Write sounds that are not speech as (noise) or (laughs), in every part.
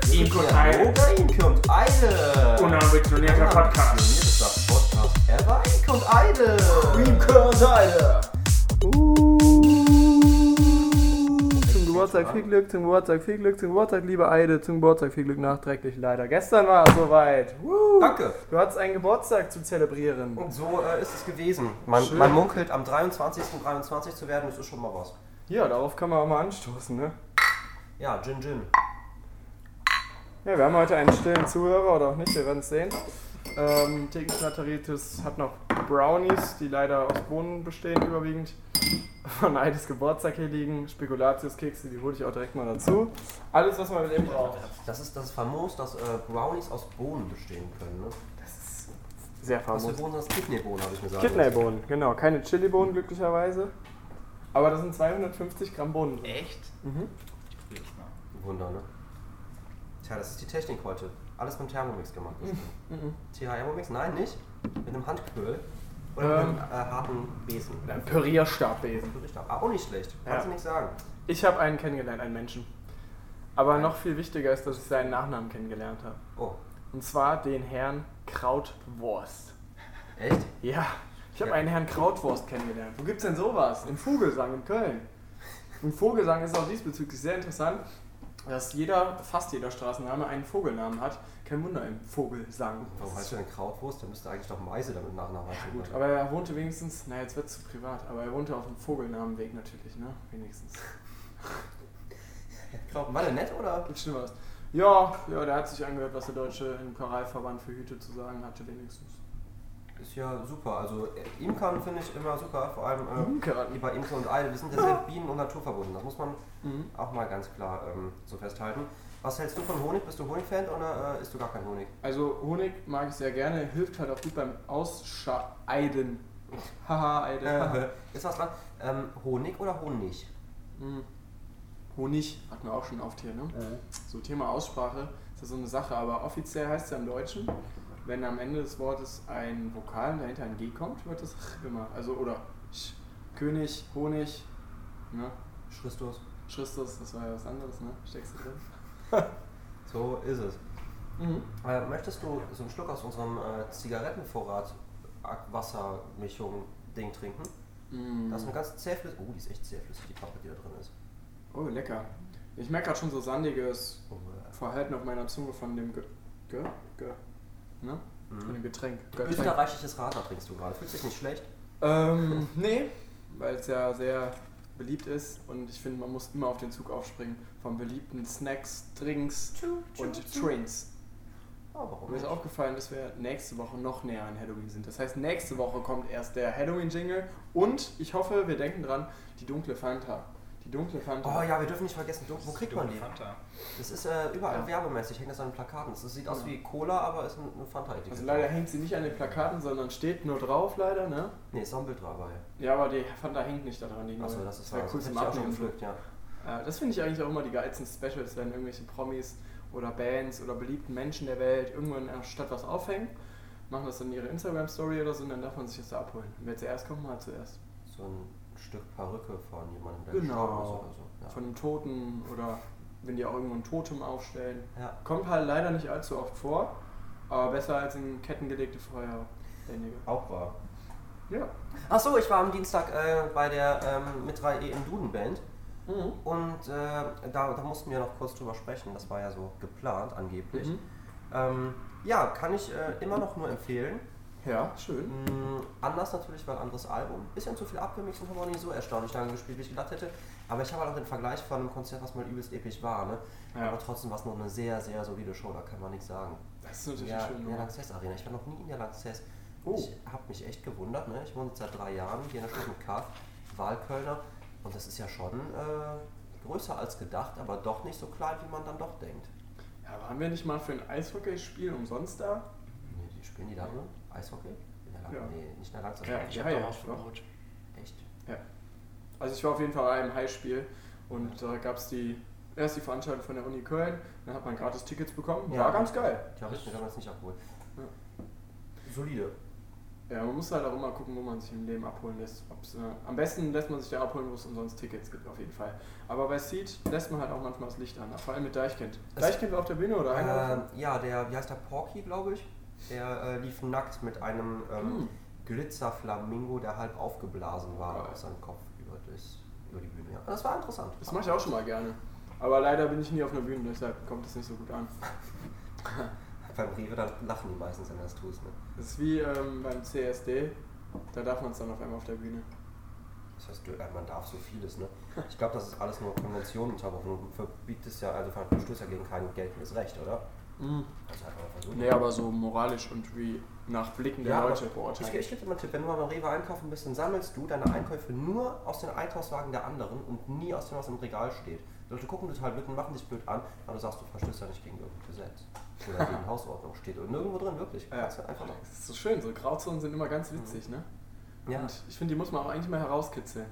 Türkei. Yoga und Eide. Unambitionierter Podcast. Unambitioniertester Podcast ever. Inke und Eide. und Eide. Uh. Zum Geburtstag viel Glück, zum Geburtstag viel Glück, zum Geburtstag, liebe Eide, zum Geburtstag viel Glück nachträglich leider. Gestern war es soweit. Woo. Danke. Du hattest einen Geburtstag zu zelebrieren. Und so äh, ist es gewesen. Man, man munkelt, am 23. 23 zu werden, das ist schon mal was. Ja, darauf kann man auch mal anstoßen, ne? Ja, Gin Gin. Ja, wir haben heute einen stillen Zuhörer oder auch nicht, wir werden es sehen. Ähm, täglich Nataritis hat noch Brownies, die leider aus Bohnen bestehen überwiegend. Von Eides Geburtstag hier liegen, Spekulatiuskekse, die hole ich auch direkt mal dazu. Alles, was man mit dem braucht. Das ist, das ist famos, dass äh, Brownies aus Bohnen bestehen können. Ne? Das ist sehr Was famos. für Bohnen sind das? Kidneybohnen, habe ich mir sagen lassen. Kidneybohnen, genau. Keine Chili-Bohnen glücklicherweise. Aber da sind 250 Gramm Bohnen drin. Echt? Mhm. Wunder, ne? Tja, das ist die Technik heute. Alles mit dem Thermomix gemacht. Mhm. Thermomix? Nein, nicht. Mit einem Handknüll. Oder Ähm. mit einem äh, harten Besen. Mit einem Pürierstabwesen. Ah, auch nicht schlecht. Kannst Ja. du nichts sagen. Ich habe einen kennengelernt, einen Menschen. Aber noch viel wichtiger ist, dass ich seinen Nachnamen kennengelernt habe. Oh, Und zwar den Herrn Krautwurst. echt? Ja, ich habe Ja. einen Herrn Krautwurst kennengelernt. Wo gibt's denn sowas? Im Vogelsang in Köln. Im Vogelsang ist auch diesbezüglich sehr interessant, dass jeder, fast jeder Straßenname einen Vogelnamen hat. Kein Wunder im Vogelsang. Warum Oh, heißt du denn Krautwurst? Der müsste eigentlich doch Meise damit nachnamen. heißen, Gut, oder? aber er wohnte wenigstens, naja, jetzt wird's zu privat, aber er wohnte auf dem Vogelnamenweg natürlich, ne? Wenigstens. Kraut- War der nett oder? Gibt's Schlimmeres. Ja, ja, der hat sich angehört, was der Deutsche im Choralverband für Hüte zu sagen hatte, wenigstens. Ist ja super. Also äh, Imkern finde ich immer super. Vor allem Mhm. äh, Ungarn. bei Imker und Eide. Wir sind ja sehr bienen- und naturverbunden. Das muss man Mhm. auch mal ganz klar ähm, so festhalten. Was hältst du von Honig? Bist du Honigfan oder äh, isst du gar keinen Honig? Also Honig mag ich sehr gerne, hilft halt auch gut beim Ausscheiden. Haha, Eide. haha. Äh, Ist was dran? Ähm, Honig oder Honig? Mhm. Honig hatten wir auch schon oft hier, ne? So Thema Aussprache ist ja so eine Sache, aber offiziell heißt es ja im Deutschen, wenn am Ende des Wortes ein Vokal und dahinter ein G kommt, wird das (laughs) Ch gemacht. Also oder Sch, König, Honig, ne? Schristus. Christus, das war ja was anderes, ne? Steckst du drin? So ist es. Mhm. Äh, möchtest du so einen Schluck aus unserem äh, Zigarettenvorrat Ak- Wassermischung Ding trinken? Mhm. Das ist eine ganz zähflüssig. Oh, die ist echt zähflüssig, die Pappe, die da drin ist. oh, lecker. Ich merke gerade schon so sandiges Oh, äh, Verhalten auf meiner Zunge von dem Ge Ge Ge ne? Von dem mhm. Getränk. Getränk. Österreichisches Radler trinkst du gerade. Fühlt sich nicht schlecht. Ähm, nee, weil es ja sehr beliebt ist und ich finde, man muss immer auf den Zug aufspringen von beliebten Snacks, Drinks und Drinks. Oh, warum Mir ist nicht? aufgefallen, dass wir nächste Woche noch näher an Halloween sind. Das heißt, nächste Woche kommt erst der Halloween-Jingle und ich hoffe, wir denken dran, die dunkle Fanta. Die dunkle Fanta. Oh ja, wir dürfen nicht vergessen, du- wo kriegt man die? Fanta. Das ist äh, überall Ja. werbemäßig, hängt das an den Plakaten. Das sieht aus Ja. wie Cola, aber ist ein, ein Fanta-Etikett. Also leider hängt sie nicht an den Plakaten, sondern steht nur drauf, leider, ne? Nee, ist auch ein Bild dabei. Ja, aber die Fanta hängt nicht daran. Die Achso, neue. das ist wär wahr. cool Das hätte zum ich auch schon Abnehmen. gepflückt, ja. Äh, Das finde ich eigentlich auch immer die geilsten Specials, wenn irgendwelche Promis oder Bands oder beliebten Menschen der Welt irgendwo in einer Stadt was aufhängen, machen das in ihre Instagram-Story oder so und dann darf man sich das da abholen. Und Wer zuerst kommt, mal zuerst. So ein Stück Perücke von jemandem, der Genau. gestorben ist oder so. Ja. Von einem Toten oder wenn die auch irgendwo ein Totem aufstellen. Ja. Kommt halt leider nicht allzu oft vor, aber besser als in Ketten gelegte Feuer. Auch wahr. Ja. Achso, ich war am Dienstag äh, bei der ähm, mit 3E im Duden-Band Mhm. und äh, da, da mussten wir noch kurz drüber sprechen. Das war ja so geplant, angeblich. Mhm. Ähm, ja, kann ich äh, immer noch nur empfehlen. Ja, schön. Mm, anders natürlich, weil anderes Album. Bisschen zu viel abgemixt und haben auch nicht so erstaunlich lange gespielt, wie ich gedacht hätte. Aber ich habe halt auch den Vergleich von einem Konzert, was mal übelst episch war. Ne? Ja. Aber trotzdem war es noch eine sehr, sehr solide Show, da kann man nichts sagen. Das ist natürlich Ja, schön. in der Lanxess Arena. Ich war noch nie in der Lanxess. Oh. Ich habe mich echt gewundert. Ne? Ich wohne seit drei Jahren hier in der Stadt mit Kaff, Wahlkölner. Und das ist ja schon äh, größer als gedacht, aber doch nicht so klein, wie man dann doch denkt. Ja, waren wir nicht mal für ein Eishockeyspiel umsonst da? Nee, die spielen die da drin? Eishockey? In der Lang Ja. Nee, nicht in der Lanxess. Ja, Ich ja, hab ja, da doch. Hausverbot. Echt? Also ich war auf jeden Fall bei einem Highspiel und da gab es die erst die Veranstaltung von der Uni Köln, dann hat man gratis Tickets bekommen. Ja. War ganz geil. Die habe ich mir damals nicht abgeholt. Solide. Ja, man muss halt auch immer gucken, wo man sich im Leben abholen lässt. Ob's, äh, am besten lässt man sich da abholen, wo es umsonst Tickets gibt, auf jeden Fall. Aber bei Seed lässt man halt auch manchmal das Licht an, vor allem mit Deichkind. Das- Deichkind war auf der Bühne oder einer? davon? Ähm, ja, der, wie heißt der, Porky, glaube ich, der äh, lief nackt mit einem ähm, Hm. Glitzerflamingo, der halb aufgeblasen war, Geil. aus seinem Kopf über, das, über die Bühne. Ja. Das war interessant. Das mache ich auch schon mal gerne. Aber leider bin ich nie auf einer Bühne, deshalb kommt es nicht so gut an. Beim Rewe, dann lachen die meistens, wenn du das tust. Ne? Das ist wie ähm, beim CSD, da darf man es dann auf einmal auf der Bühne. Das heißt, du- äh, man darf so vieles, ne? Ich glaube, das ist alles nur Konventionen unterworfen. Du verbietest ja, also verstößt ja gegen kein geltendes Recht, oder? Also einfach mal versuchen. Nee, aber so moralisch und wie nach Blicken der Ja, aber Leute Ich, beurteilen. ich gebe dir mal einen Tipp, wenn du mal beim Rewe einkaufen bist, dann sammelst du deine Einkäufe nur aus den Einkaufswagen der anderen und nie aus dem, was im Regal steht. Die Leute gucken total blöd und machen dich blöd an, aber du sagst, du verstößt ja nicht gegen irgendein Gesetz. Oder (laughs) gegen Hausordnung steht. Und nirgendwo drin, wirklich. Ah Ja. Kannst du einfach machen. Das ist so schön, so Grauzonen sind immer ganz witzig, ne? Ja. Und ich finde, die muss man auch eigentlich (laughs) mal herauskitzeln.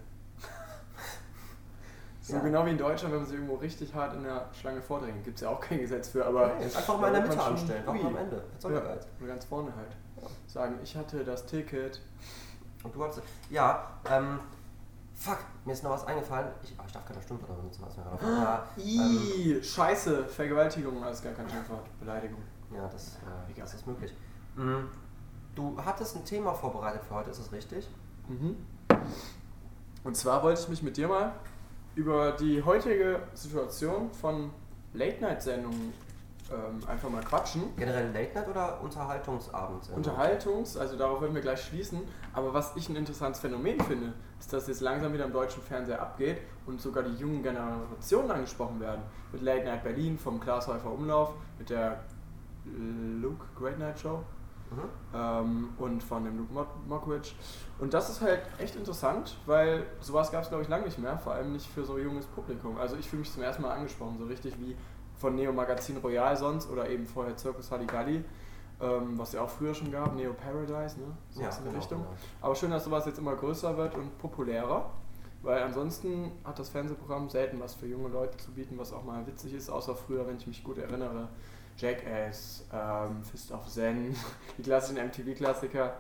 so Ja. genau wie in Deutschland, wenn man sich irgendwo richtig hart in der Schlange vordrängt. Gibt es ja auch kein Gesetz für, aber. Nee, einfach mal in der da wird Mitte man schon- anstellen, warum Ui. am Ende? Jetzt soll Ja, ja. nur ganz vorne halt. Sagen, ich hatte das Ticket. Und du hattest. Ja, ähm. Fuck, mir ist noch was eingefallen. Ich, oh, ich darf keine Stimmbruder benutzen, was mir gerade aufgefallen ist. ja, ähm, Ah, Ih, Scheiße, Vergewaltigung, alles gar kein Schimpfwort. Beleidigung. ja, das, äh, Egal. das ist möglich. Mhm. Du hattest ein Thema vorbereitet für heute, ist das richtig? Mhm. Und zwar wollte ich mich mit dir mal über die heutige Situation von Late-Night-Sendungen ähm, einfach mal quatschen. Generell Late Night oder Unterhaltungsabend? Unterhaltungs, also darauf werden wir gleich schließen. Aber was ich ein interessantes Phänomen finde, ist, dass jetzt langsam wieder im deutschen Fernseher abgeht und sogar die jungen Generationen angesprochen werden. Mit Late Night Berlin vom Glashäufer Umlauf, mit der Luke Great Night Show Mhm. ähm, und von dem Luke Mock- Mockridge. Und das ist halt echt interessant, weil sowas gab es, glaube ich, lange nicht mehr, vor allem nicht für so junges Publikum. Also ich fühle mich zum ersten Mal angesprochen, so richtig wie von Neo Magazin Royal sonst oder eben vorher Circus Halligalli, ähm, was ja auch früher schon gab, Neo Paradise, ne? So Ja, aus der genau, Richtung. genau. Aber schön, dass sowas jetzt immer größer wird und populärer, weil ansonsten hat das Fernsehprogramm selten was für junge Leute zu bieten, was auch mal witzig ist, außer früher, wenn ich mich gut erinnere. Jackass, ähm, Fist of Zen, (laughs) die klassischen MTV-Klassiker,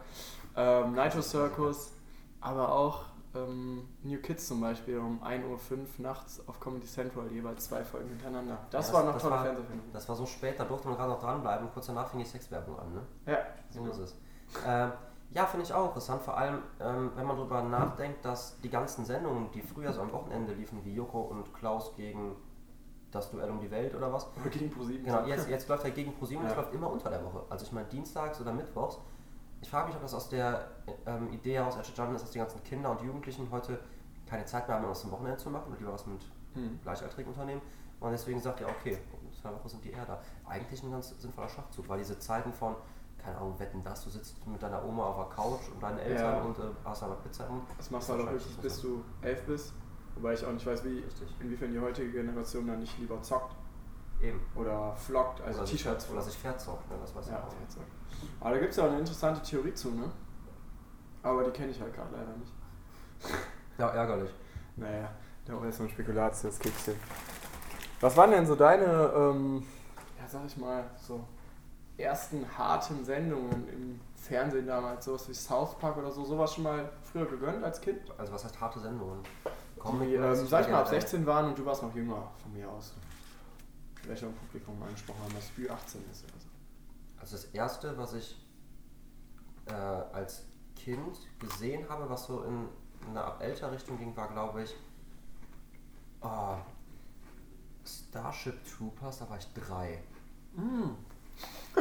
ähm, Nitro Circus, aber auch ähm, New Kids zum Beispiel um 1.05 Uhr nachts auf Comedy Central jeweils zwei Folgen hintereinander. Das Ja, war noch das tolle war- Fernsehfilme. Das war so spät, da durfte man gerade noch dranbleiben. Kurz danach fing die Sexwerbung an, ne? Ja, So ist es. Ähm, ja, finde ich auch interessant, vor allem ähm, wenn man darüber nachdenkt, dass die ganzen Sendungen, die früher so am Wochenende liefen, wie Joko und Klaus gegen das Duell um die Welt oder was, Oder gegen ProSieben. genau, (laughs) jetzt, jetzt läuft er gegen ProSieben und es Ja. läuft immer unter der Woche. Also ich meine dienstags oder mittwochs. Ich frage mich, ob das aus der ähm, Idee heraus entstanden ist, dass die ganzen Kinder und Jugendlichen heute keine Zeit mehr haben, um was zum Wochenende zu machen und lieber was mit Hm. gleichaltrigen Unternehmen. Und deswegen sagt ihr, okay, in zwei Wochen sind die eher da. Eigentlich ein ganz sinnvoller Schachzug, weil diese Zeiten von, keine Ahnung, wetten das, du sitzt mit deiner Oma auf der Couch und deinen Eltern Ja. und äh, hast aber Pizza im Das machst du halt auch Wahrscheinlich ist höchstens das bis du elf bist. Wobei ich auch nicht weiß, wie, Richtig. inwiefern die heutige Generation dann nicht lieber zockt Eben. oder flockt, also Oder sich- T-Shirts Oder sich verzockt, ne? das weiß ich Ja, auch. jetzt. Aber da gibt es ja auch eine interessante Theorie zu, ne? Aber die kenne ich halt gerade leider nicht. Ja, ärgerlich. Naja, da Das weiß ist ein Spekulatius-Kickchen. Was waren denn so deine, ähm, ja, sag ich mal, so ersten harten Sendungen im Fernsehen damals, sowas wie South Park oder so, sowas schon mal früher gegönnt als Kind? Also was heißt harte Sendungen? also Die, ähm, sag ich mal, ab 16 waren und du warst noch jünger von mir aus. Vielleicht auch im Publikum angesprochen haben, dass du 18 ist oder so. Also das erste, was ich äh, als Kind gesehen habe, was so in, in eine älter Richtung ging, war glaube ich ah, Starship Troopers, da war ich drei. (laughs)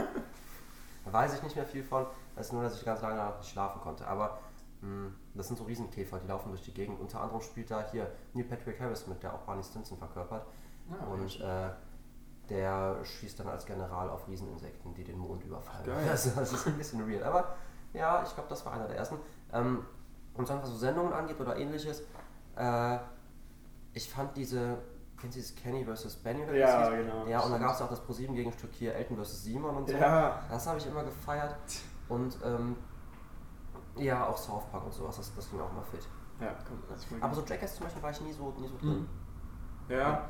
Da weiß ich nicht mehr viel von, als nur, dass ich ganz lange danach nicht schlafen konnte. Aber mh, das sind so Riesenkäfer, die laufen durch die Gegend. Unter anderem spielt da hier Neil Patrick Harris mit, der auch Barney Stinson verkörpert. Ah, Und äh, der schießt dann als General auf Rieseninsekten, die den Mond überfallen. Ach, geil. Also, das ist ein bisschen weird. Aber ja, ich glaube, das war einer der ersten. Ähm, und sonst, was so Sendungen angeht oder ähnliches, äh, ich fand diese. Kennst du dieses Kenny vs. Benny? oder wie Ja, das hieß? genau. Ja, und da gab es auch das ProSieben gegen Stück hier, Elton vs. Simon und so. Ja. Das habe ich immer gefeiert. Und ähm, ja, auch South Park und sowas, das, das ging auch immer fit. Ja, komm, lass ich mal Aber so Hm. Jackass zum Beispiel war ich nie so, nie so drin. Mhm. Ja,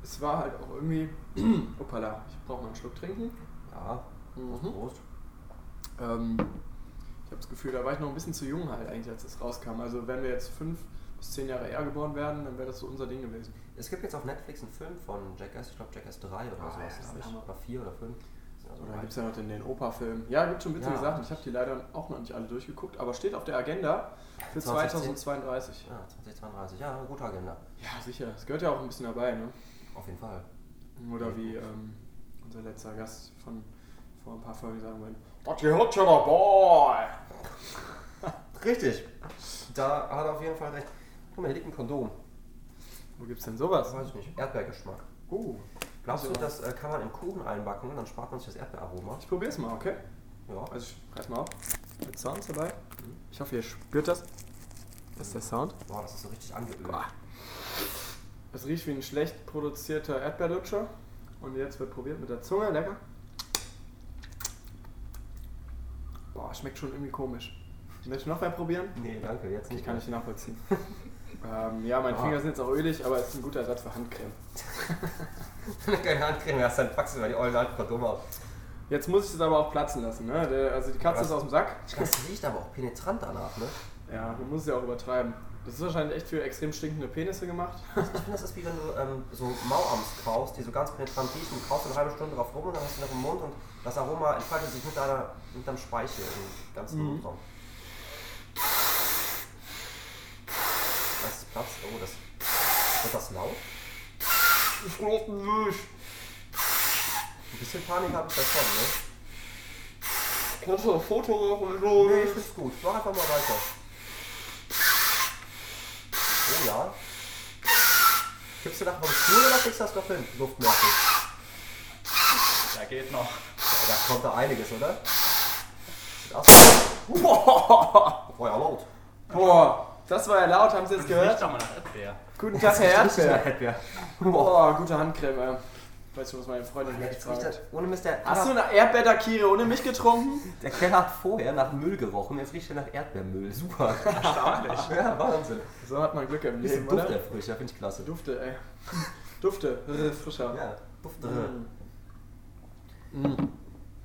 es war halt auch irgendwie. (clears throat) Mhm. Opala, ich brauche mal einen Schluck trinken. Ja, Mhm. Prost. Ähm, Ich habe das Gefühl, da war ich noch ein bisschen zu jung halt eigentlich, als das rauskam. Also wenn wir jetzt fünf bis zehn Jahre eher geboren werden, dann wäre das so unser Ding gewesen. Es gibt jetzt auf Netflix einen Film von Jackass, ich glaube Jackass 3 oder Ah, ja, sowas, das hab ist ich. Hammer. Oder 4 oder 5. Ist ja so Oder weit. gibt es ja noch den, den Opa-Film. Ja, gibt schon witzige Ja. Sachen. Ich habe die leider auch noch nicht alle durchgeguckt, aber steht auf der Agenda für 2010. 2032. Ja, 2032, ja, gute Agenda. Ja, sicher. Es gehört ja auch ein bisschen dabei, ne? Auf jeden Fall. Oder wie ähm, unser letzter Gast von vor ein paar Folgen sagen wollte. Das gehört schon dabei! Richtig. Da hat er auf jeden Fall recht. Guck mal, hier liegt ein Kondom. Wo gibt's denn sowas? Weiß ich nicht. Erdbeergeschmack. Oh, Glaubst du, Also- das äh, kann man in Kuchen einbacken, dann spart man sich das Erdbeeraroma? ich probier's mal, okay? Ja. Also ich greif mal auf. Mit Sounds dabei. Ich hoffe, ihr spürt das. Das ist der Sound. Boah, das ist so richtig angeölt. Boah. Es riecht wie ein schlecht produzierter Erdbeerlutscher. Und jetzt wird probiert mit der Zunge. Lecker. Boah, schmeckt schon irgendwie komisch. Möchtest du noch mehr probieren? Nee, danke, jetzt Ich nicht. kann ich nachvollziehen. (laughs) ähm, ja, meine Ah. Finger sind jetzt auch ölig, aber es ist ein guter Ersatz für Handcreme. Wenn du (laughs) keine Handcreme hast, dann packst du mal die ollen Handkondome auf. Jetzt muss ich es aber auch platzen lassen. Ne? Der, also die Katze Was? ist aus dem Sack. Das riecht aber auch penetrant danach, ne? Ja, man muss es ja auch übertreiben. Das ist wahrscheinlich echt für extrem stinkende Penisse gemacht. (laughs) Ich finde, das ist wie wenn du ähm, so Mauams kaufst, die so ganz penetrant riechen. Du kaufst eine halbe Stunde drauf rum und dann hast du noch im Mund und das Aroma entfaltet sich mit, deiner, mit deinem Speichel im ganzen Mhm. Mundraum. Das platzt, oh, das. Wird das laut? Ich nicht. Ein bisschen Panik habe ich da schon, ne? Kannst du ein Foto machen? So. Nee, ich find's gut. Mach einfach mal weiter. Oh ja. Kippst du nach vom Stuhl oder kriegst du das noch hin? Luftmäßig. Da geht noch. Da kommt da einiges, oder? Sieht aus wie- Boah, war Oh ja laut. Boah, das war ja laut, haben Sie jetzt Riecht gehört? doch mal nach Erdbeer. Guten Tag, Herr Erdbeer. Erdbeer. Boah, gute Handcreme, ey. Weißt du, was meine Freundin gleich Jetzt riecht fragt? er, ohne Mist, der, Hast du eine Erdbeer-Dakire ohne mich getrunken? der Keller hat vorher nach Müll gerochen, jetzt riecht er nach Erdbeermüll. Super. Erstaunlich. Ja, Wahnsinn. So hat man Glück im Bisschen Leben, Duft oder? erfrischer, finde ich klasse. Dufte, ey. (laughs) Dufte, äh, frischer. Ja, Mhm. Duft. Mm. Mm.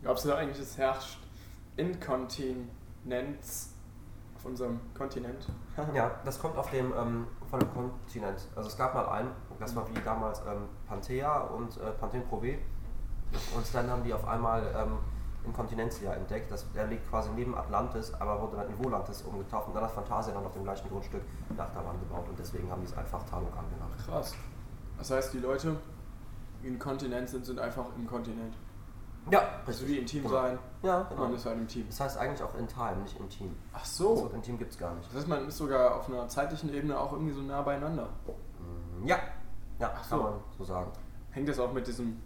Glaubst du eigentlich, es herrscht Inkontinenz auf unserem Kontinent? Ja, das kommt auf dem, ähm, von dem Kontinent. Also es gab mal einen, das war wie damals ähm, Panthea und äh, Pantene Pro B. Und dann haben die auf einmal ähm, Inkontinentia entdeckt. Das, der liegt quasi neben Atlantis, aber wurde dann in Volantis umgetauft und dann hat Phantasialand auf dem gleichen Grundstück eine Achterbahn gebaut und deswegen haben die es einfach Tarnung angenannt. Krass. Das heißt, die Leute, die inkontinent sind, sind einfach im Kontinent. Ja, Also wie intim Genau. sein, Ja, man genau. ist halt im Team. Das heißt eigentlich auch in Time, nicht im Team. Ach Oh. so. So, in Team gibt es gar nicht. Das heißt, man ist sogar auf einer zeitlichen Ebene auch irgendwie so nah beieinander. Mm, Ja, ja Ach so. kann man so sagen. Hängt das auch mit diesem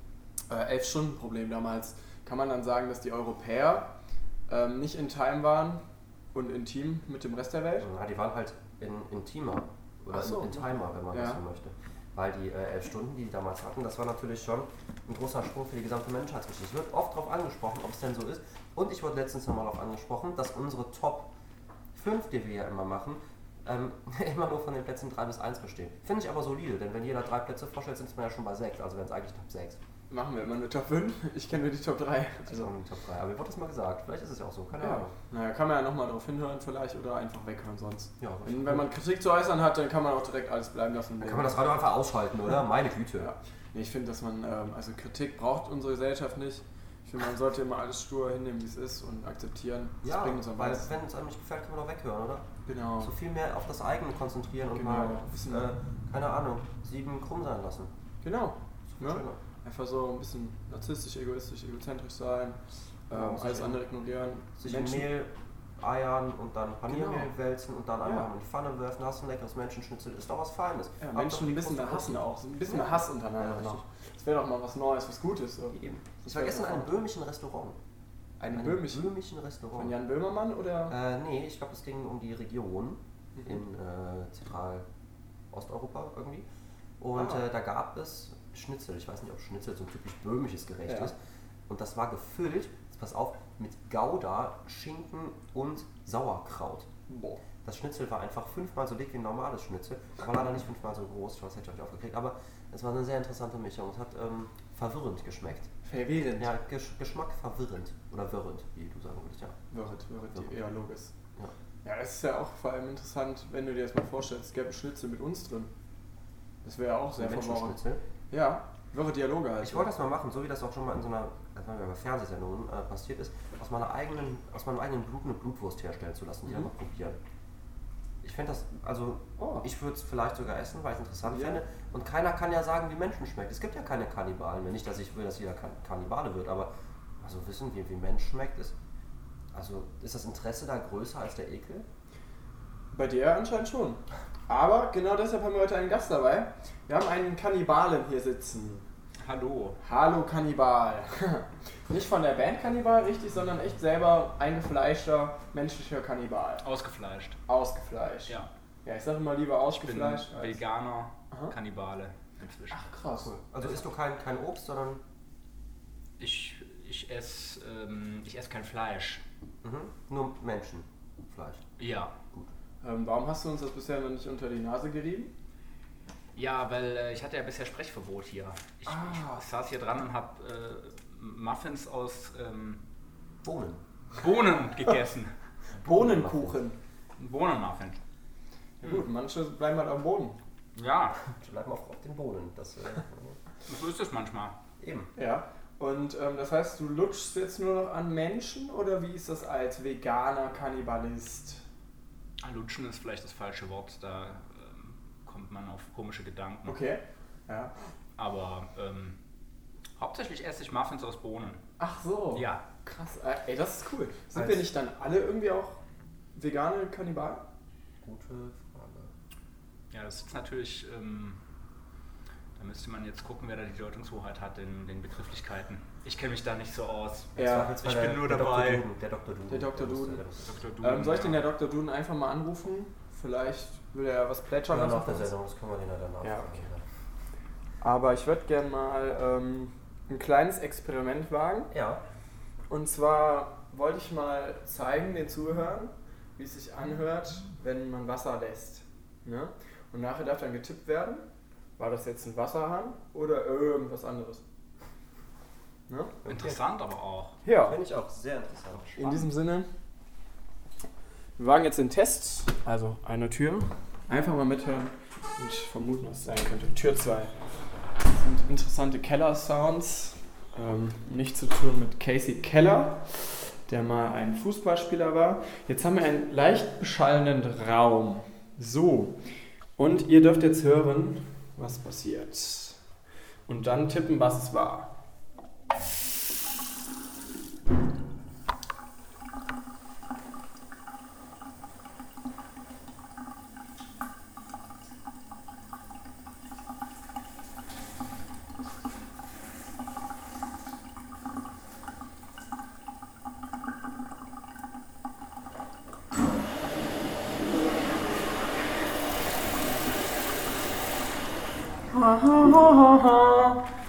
äh, Elf-Stunden-Problem damals? Kann man dann sagen, dass die Europäer ähm, nicht in Time waren und intim mit dem Rest der Welt? Ja, die waren halt in, in Teamer oder Ach so. in, in Timer, wenn man das Ja. so möchte. Weil die äh, elf Stunden, die die damals hatten, das war natürlich schon ein großer Sprung für die gesamte Menschheitsgeschichte. Ich wird oft darauf angesprochen, ob es denn so ist. Und ich wurde letztens nochmal darauf angesprochen, dass unsere Top 5, die wir ja immer machen, ähm, (laughs) immer nur von den Plätzen 3 bis 1 bestehen. Finde ich aber solide, denn wenn jeder drei Plätze vorstellt, sind wir ja schon bei 6, also wären es eigentlich Top 6. Machen wir immer eine Top 5. Ich kenne nur die Top 3. Also Also, auch nur Top 3. Aber mir wurde das mal gesagt. Vielleicht ist es ja auch so, keine ja. Ahnung. Naja, kann man ja nochmal drauf hinhören vielleicht oder einfach weghören sonst. Ja, aber Wenn, wenn man Kritik zu äußern hat, dann kann man auch direkt alles bleiben lassen. dann kann man das Radio einfach ausschalten, (laughs) oder? Meine Güte. Ja. Nee, ich finde, dass man, ähm, also Kritik braucht unsere Gesellschaft nicht. Ich finde, man sollte immer alles stur hinnehmen, wie es ist und akzeptieren. Das Ja, bringt uns am weil meisten. wenn es einem nicht gefällt, kann man doch weghören, oder? Genau. So viel mehr auf das eigene konzentrieren und Genau. mal, Wissen. äh, keine Ahnung, sieben krumm sein lassen. Genau. Ja. Ne? Einfach so ein bisschen narzisstisch, egoistisch, egozentrisch sein, Ja, ähm, sich alles in- andere ignorieren. Sich in Mehl eiern und dann Paniermehl Genau. wälzen und dann einmal Ja. in die Pfanne werfen, hast ein leckeres Menschenschnitzel, ist doch was Feines. ja, Habt doch Menschen die ein bisschen große mehr hassen Lust. auch, so ein bisschen mehr Hass untereinander Ja, noch. Das wäre doch mal was Neues, was Gutes. So. Eben. Ich Das war wär gestern in einem davon. böhmischen Restaurant. Eine In Böhmische. böhmischen Von Restaurant. Jan Böhmermann oder? Mhm. Äh, nee, ich glaube, es ging um die Region in äh, Zentral-Osteuropa irgendwie. Und Ah. äh, da gab es Schnitzel. Ich weiß nicht, ob Schnitzel so ein typisch böhmisches Gericht Ja. ist. Und das war gefüllt, jetzt pass auf, mit Gouda, Schinken und Sauerkraut. Boah. Das Schnitzel war einfach fünfmal so dick wie ein normales Schnitzel. War leider nicht fünfmal so groß, ich weiß nicht, ob ich aufgekriegt. Aber Es war eine sehr interessante Mischung. Es hat ähm, verwirrend geschmeckt. Verwirrend. Ja, Gesch Geschmack verwirrend. Oder wirrend, wie du sagen würdest, ja. Wirret, wirret, die eher Logis. Ja. Ja, es ist ja auch vor allem interessant, wenn du dir das mal vorstellst, es gäbe Schnitzel mit uns drin. Das wäre ja auch sehr verworren. Menschenschnitzel. Ja, wirre Dialoge halt. Ich wollte das mal machen, so wie das auch schon mal in so einer, als waren wir bei Fernsehsendungen äh, passiert ist, aus meiner eigenen, aus meinem eigenen Blut eine Blutwurst herstellen zu lassen, die Mhm. einfach probieren. Ich fände das, also Oh. ich würde es vielleicht sogar essen, weil ich es interessant Ja. fände. Und keiner kann ja sagen, wie Menschen schmeckt. Es gibt ja keine Kannibalen mehr. Nicht, dass ich will, dass jeder kan Kannibale wird, aber also wissen wir, wie Mensch schmeckt, ist. Also ist das Interesse da größer als der Ekel? Bei dir anscheinend schon. Aber genau deshalb haben wir heute einen Gast dabei. Wir haben einen Kannibalen hier sitzen. Hallo. Hallo Kannibal. (laughs) Nicht von der Band Kannibal, richtig, sondern echt selber eingefleischter menschlicher Kannibal. Ausgefleischt. Ausgefleischt. Ja. Ja, ich sage immer lieber Ich bin ausgefleischt. als- Veganer, Aha. Kannibale inzwischen. Ach krass. Also isst du kein, kein Obst, sondern. Ich, ich esse ähm, ich ess kein Fleisch. Mhm, nur Menschenfleisch. Ja. Ähm, warum hast du uns das bisher noch nicht unter die Nase gerieben? Ja, weil äh, ich hatte ja bisher Sprechverbot hier. Ich, Ah. ich saß hier dran und habe äh, Muffins aus ähm, Bohnen. Bohnen (laughs) gegessen. Bohnenkuchen. Bohnenmuffin. Ja, gut, manche bleiben halt am Boden. Ja, Ich bleib mal auf, auf den Bohnen. Das, (laughs) äh, so ist es manchmal. eben. Ja. Und ähm, das heißt, du lutschst jetzt nur noch an Menschen oder wie ist das als veganer Kannibalist? Ah, Lutschen ist vielleicht das falsche Wort, da ähm, kommt man auf komische Gedanken. Okay. Ja. Aber ähm, hauptsächlich esse ich Muffins aus Bohnen. Ach so. Ja. Krass. Äh, Ey, das ist cool. Sind Als- wir nicht dann alle irgendwie auch vegane Kannibalen? Gute Frage. Ja, das ist natürlich. Ähm, da müsste man jetzt gucken, wer da die Deutungshoheit hat in den Begrifflichkeiten. Ich kenne mich da nicht so aus. Ja. ich bin nur dabei. Dr. Duden, der Dr. Duden. Der Dr. Der wusste- Duden. der wusste- Dr. Duden, Ähm, soll ich ja. den Herr Dr. Duden einfach mal anrufen? Vielleicht will er was plätschern Ja, lassen nach der von uns. Sendung, das können wir den ja danach Ja, fragen, okay. ja. Aber ich würde gerne mal ähm, ein kleines Experiment wagen. Ja, Und zwar wollte ich mal zeigen den Zuhörern, wie es sich anhört, wenn man Wasser lässt. Ne? Und nachher darf dann getippt werden, war das jetzt ein Wasserhahn oder irgendwas anderes. Ne? Interessant aber auch. Ja, finde ich auch sehr interessant. in diesem Sinne, wir wagen jetzt den Test, also eine Tür. Einfach mal mithören und vermuten, was es sein könnte. Tür 2. Das sind interessante Keller-Sounds. Ähm, nichts zu tun mit Casey Keller, der mal ein Fußballspieler war. Jetzt haben wir einen leicht beschallenden Raum. So, und ihr dürft jetzt hören, was passiert. Und dann tippen, was es war.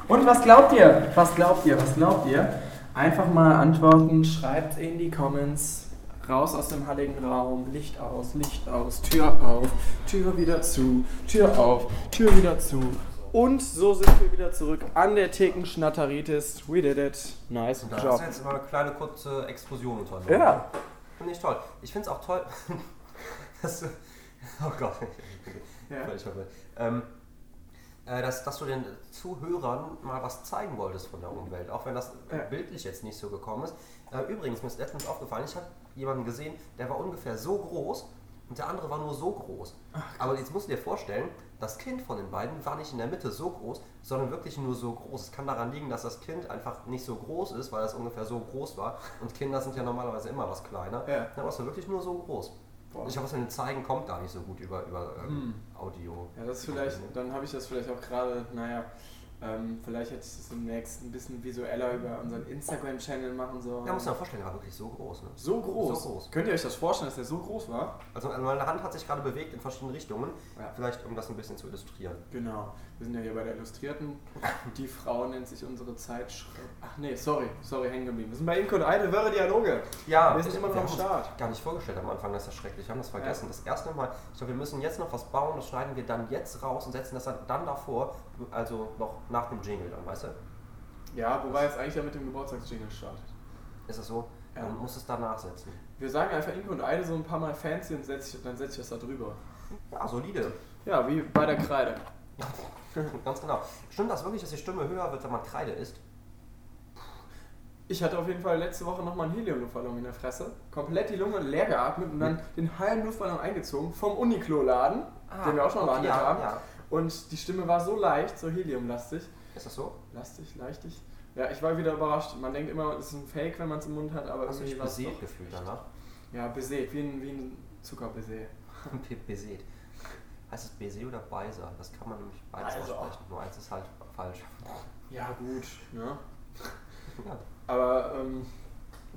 Und was glaubt ihr? Was glaubt ihr? Was glaubt ihr? Einfach mal antworten, schreibt in die Comments. Raus aus dem halligen Raum, Licht aus, Licht aus, Tür auf, Tür wieder zu, Tür auf, Tür wieder zu. Und so sind wir wieder zurück an der Thekenschnatteritis. We did it. Nice Da hast job. du jetzt immer eine kleine kurze Explosion unternommen. Ja, Finde ich toll. Ich finde es auch toll, (laughs) dass du. Oh Gott, Ja. völlig verwirrt. Ähm, äh, dass, dass du den Zuhörern mal was zeigen wolltest von der Umwelt, auch wenn das Ja. bildlich jetzt nicht so gekommen ist. Äh, übrigens, mir ist letztens aufgefallen, ich habe jemanden gesehen, der war ungefähr so groß und der andere war nur so groß. Aber jetzt musst du dir vorstellen, das Kind von den beiden war nicht in der Mitte so groß, sondern wirklich nur so groß. Es kann daran liegen, dass das Kind einfach nicht so groß ist, weil das ungefähr so groß war. Und Kinder sind ja normalerweise immer was kleiner. Ja. Dann war es wirklich nur so groß. Und ich glaube, was wir denen zeigen, kommt gar Hm. nicht so gut über, über ähm, Audio. Ja, das ist vielleicht, dann habe ich das vielleicht auch gerade, naja, Ähm, vielleicht hätte ich das demnächst ein bisschen visueller über unseren Instagram-Channel machen sollen. Ja, muss man vorstellen, der war wirklich so groß. Ne? so groß. So groß. Könnt ihr euch das vorstellen, dass der so groß war? Also meine Hand hat sich gerade bewegt in verschiedenen Richtungen. Ja. Vielleicht, um das ein bisschen zu illustrieren. Genau. Wir sind ja hier bei der (laughs) Illustrierten. Die Frau nennt sich unsere Zeitschrift. Ach nee, sorry, sorry, hängen geblieben. Wir sind bei Inkon Idle, wirre Dialoge. Ja, Wir sind immer noch am haben uns Start. Gar nicht vorgestellt am Anfang, das ist ja schrecklich. Wir haben das vergessen. Das erste Mal, ich glaube, wir müssen jetzt noch was bauen, das schneiden wir dann jetzt raus und setzen das dann, dann davor, also noch nach dem Jingle dann, weißt du? Ja, wobei jetzt eigentlich ja mit dem Geburtstagsjingle startet. Ist das so? Ja. Man muss es danach setzen. Wir sagen einfach Inko und Eide so ein paar Mal fancy und setz ich, dann setze ich das da drüber. Ja, Ah, solide. Ja, wie bei der Kreide. Ganz genau. Stimmt das wirklich, dass die Stimme höher wird, wenn man Kreide isst? Ich hatte auf jeden Fall letzte Woche nochmal einen Helium-Luftballon in der Fresse. Komplett die Lunge leer geatmet und dann den halben Luftballon eingezogen vom Uniklo-Laden, den wir auch schon mal behandelt Ah, ja, haben. Ja. Und die Stimme war so leicht, so heliumlastig. Ist das so? Lastig, leichtig. Ja, ich war wieder überrascht. Man denkt immer, es ist ein Fake, wenn man es im Mund hat, aber Hast du dich war es beseelt doch. gefühlt danach? Ja, besät, wie ein, wie ein Zuckerbesät. (laughs) Be- beseelt. Heißt es Baiser oder Beiser? Das kann man nämlich beides Also. aussprechen. Nur eins ist halt falsch. (laughs) Ja, gut. Ne? Ja. Aber ähm,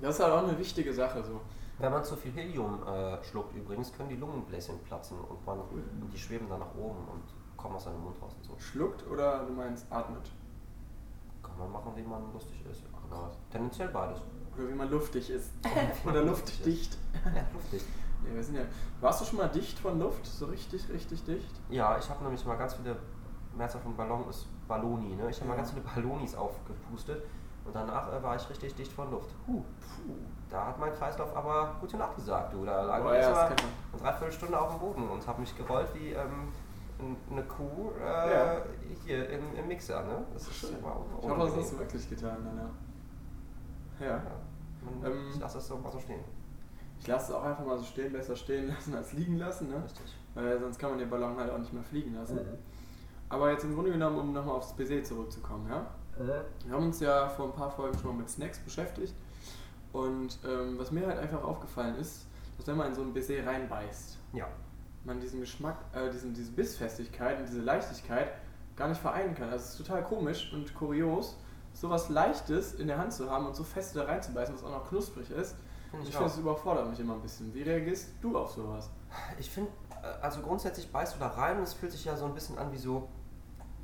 das ist halt auch eine wichtige Sache so. Wenn man zu viel Helium äh, schluckt übrigens, können die Lungenbläschen platzen und, man, und die schweben dann nach oben und kommen aus seinem Mund raus und so. Schluckt oder du meinst atmet? Kann man machen, wie man lustig ist. Ja, genau. Tendenziell beides. Oder wie man (laughs) luftig ist. oder luftdicht. Ja, luftig. (laughs) Nee, wir sind ja. Warst du schon mal dicht von Luft? So richtig, richtig dicht? Ja, ich habe nämlich mal ganz viele, Mehrzahl von Ballon ist Balloni, ne? Ich habe mal ganz viele Ballonis aufgepustet und danach äh, war ich richtig dicht von Luft. Huh. Da hat mein Kreislauf aber gute Nacht gesagt, du. Da lag Boah, ich ja, das erstmal kennt man. eine Dreiviertelstunde auf dem Boden und habe mich gerollt wie ähm, n- eine Kuh äh, Ja. hier im, im Mixer, ne? Das ist Schön. immer Ich hoffe, das hast du wirklich getan, dann, ja. Ja. Man, Ähm. ich lasse das so mal so stehen. Ich lasse es auch einfach mal so stehen, besser stehen lassen als liegen lassen, ne? Richtig. Weil sonst kann man den Ballon halt auch nicht mehr fliegen lassen. Mhm. Aber jetzt im Grunde genommen, um nochmal aufs Baiser zurückzukommen, ja? Wir haben uns ja vor ein paar Folgen schon mal mit Snacks beschäftigt. Und ähm, was mir halt einfach aufgefallen ist, dass wenn man in so ein Baiser reinbeißt, Ja. man diesen Geschmack, äh, diesen, diese Bissfestigkeit und diese Leichtigkeit gar nicht vereinen kann. Also es ist total komisch und kurios, sowas Leichtes in der Hand zu haben und so fest da reinzubeißen, was auch noch knusprig ist. Finde ich, Ich, ich auch. finde, das überfordert mich immer ein bisschen. Wie reagierst du auf sowas? Ich finde, also grundsätzlich beißt du da rein und es fühlt sich ja so ein bisschen an wie so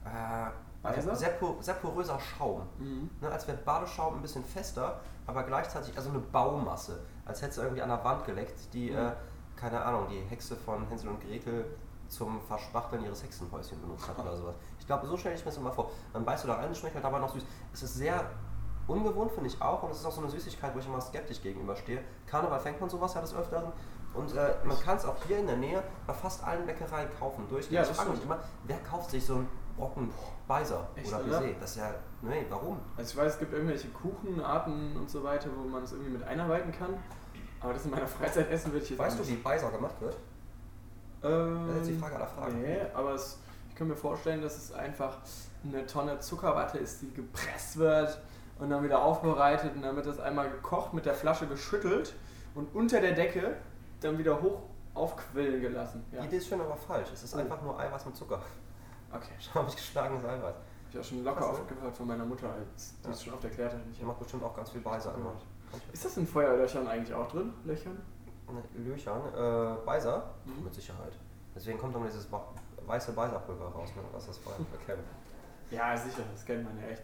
äh, Weiser? sehr, por sehr poröser Schaum. Mhm. Ne, als wäre Badeschaum ein bisschen fester, aber gleichzeitig also eine Baumasse. Als hättest du irgendwie an der Wand geleckt, die, Mhm. äh, keine Ahnung, die Hexe von Hänsel und Gretel zum Verspachteln ihres Hexenhäuschen benutzt hat oder sowas. Ich glaube, so stelle ich mir das immer vor. Dann beißt du da rein, es schmeckt halt aber noch süß. Es ist sehr ungewohnt, finde ich auch, und es ist auch so eine Süßigkeit, wo ich immer skeptisch gegenüberstehe. Karneval fängt man sowas ja des Öfteren. Und äh, man kann es auch hier in der Nähe bei fast allen Bäckereien kaufen. Durch Ja, ich das frage mich stimmt. immer, wer kauft sich so einen Brocken Beiser Echt, oder oder? Baiser? Das ist ja, nee, warum? Also ich weiß, es gibt irgendwelche Kuchenarten und so weiter, wo man es irgendwie mit einarbeiten kann. Aber das in meiner Freizeit essen würde ich jetzt Weißt du, nicht. wie Beiser gemacht wird? Ähm, Das ist jetzt die Frage aller Fragen. Nee, aber es, ich kann mir vorstellen, dass es einfach eine Tonne Zuckerwatte ist, die gepresst wird und dann wieder aufbereitet und dann wird das einmal gekocht, mit der Flasche geschüttelt und unter der Decke dann wieder hoch aufquillen gelassen. Ja. Die Idee ist schön, aber falsch. Es ist Oh. einfach nur Eiweiß mit Zucker. (laughs) Okay. Schau, habe ich geschlagenes Eiweiß. Ich habe schon locker Krass, ne? oft gehört von meiner Mutter, als die Ja. es schon oft erklärt hat. und Ich Ich mache bestimmt auch ganz viel Beiser immer. ist das in Feuerlöchern eigentlich auch drin? Löchern? Ne, Löchern, äh, Beiser? Mhm. Mit Sicherheit. Deswegen kommt dann dieses ba- weiße Beiserpulver raus, ne? was das vorher verkennt. Ja, sicher, das kennt man ja echt.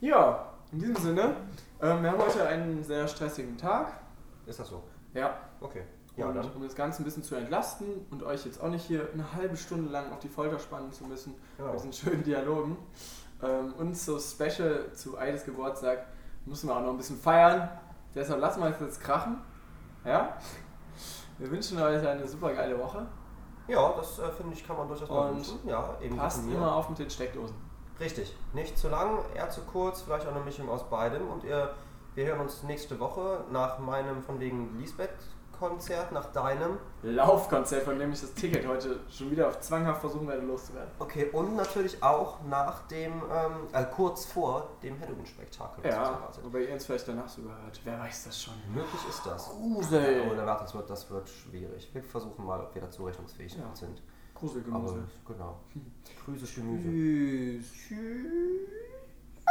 Ja, in diesem Sinne, ähm, wir haben heute einen sehr stressigen Tag. Ist das so? Ja, Okay. Ja, und dann. um das Ganze ein bisschen zu entlasten und euch jetzt auch nicht hier eine halbe Stunde lang auf die Folter spannen zu müssen, Genau. mit diesen schönen Dialogen ähm, und so Special zu Eides Geburtstag, müssen wir auch noch ein bisschen feiern. Deshalb lassen wir es jetzt krachen. Ja? Wir wünschen euch eine super geile Woche. Ja, das äh, finde ich, kann man durchaus mal Und wünschen. Ja, eben Passt von mir. immer auf mit den Steckdosen. Richtig. Nicht zu lang, eher zu kurz, vielleicht auch eine Mischung aus beidem. Und ihr, wir hören uns nächste Woche nach meinem von wegen Lisbeth-Konzert, nach deinem. Laufkonzert, von dem ich das Ticket heute schon wieder auf zwanghaft versuchen werde loszuwerden. Okay, und natürlich auch nach dem, ähm, äh, kurz vor dem Halloween-Spektakel. das uns Ja, erwartet. wobei ihr uns vielleicht danach sogar hört. Wer weiß das schon? Möglich ist das. Grusel! Ohne Warte, das wird, das wird schwierig. Wir versuchen mal, ob wir dazu rechnungsfähig Ja. Hm. sind. Aber Gruselgemüse. genau. Grüßes Gemüse. Tschüss. Tschüss.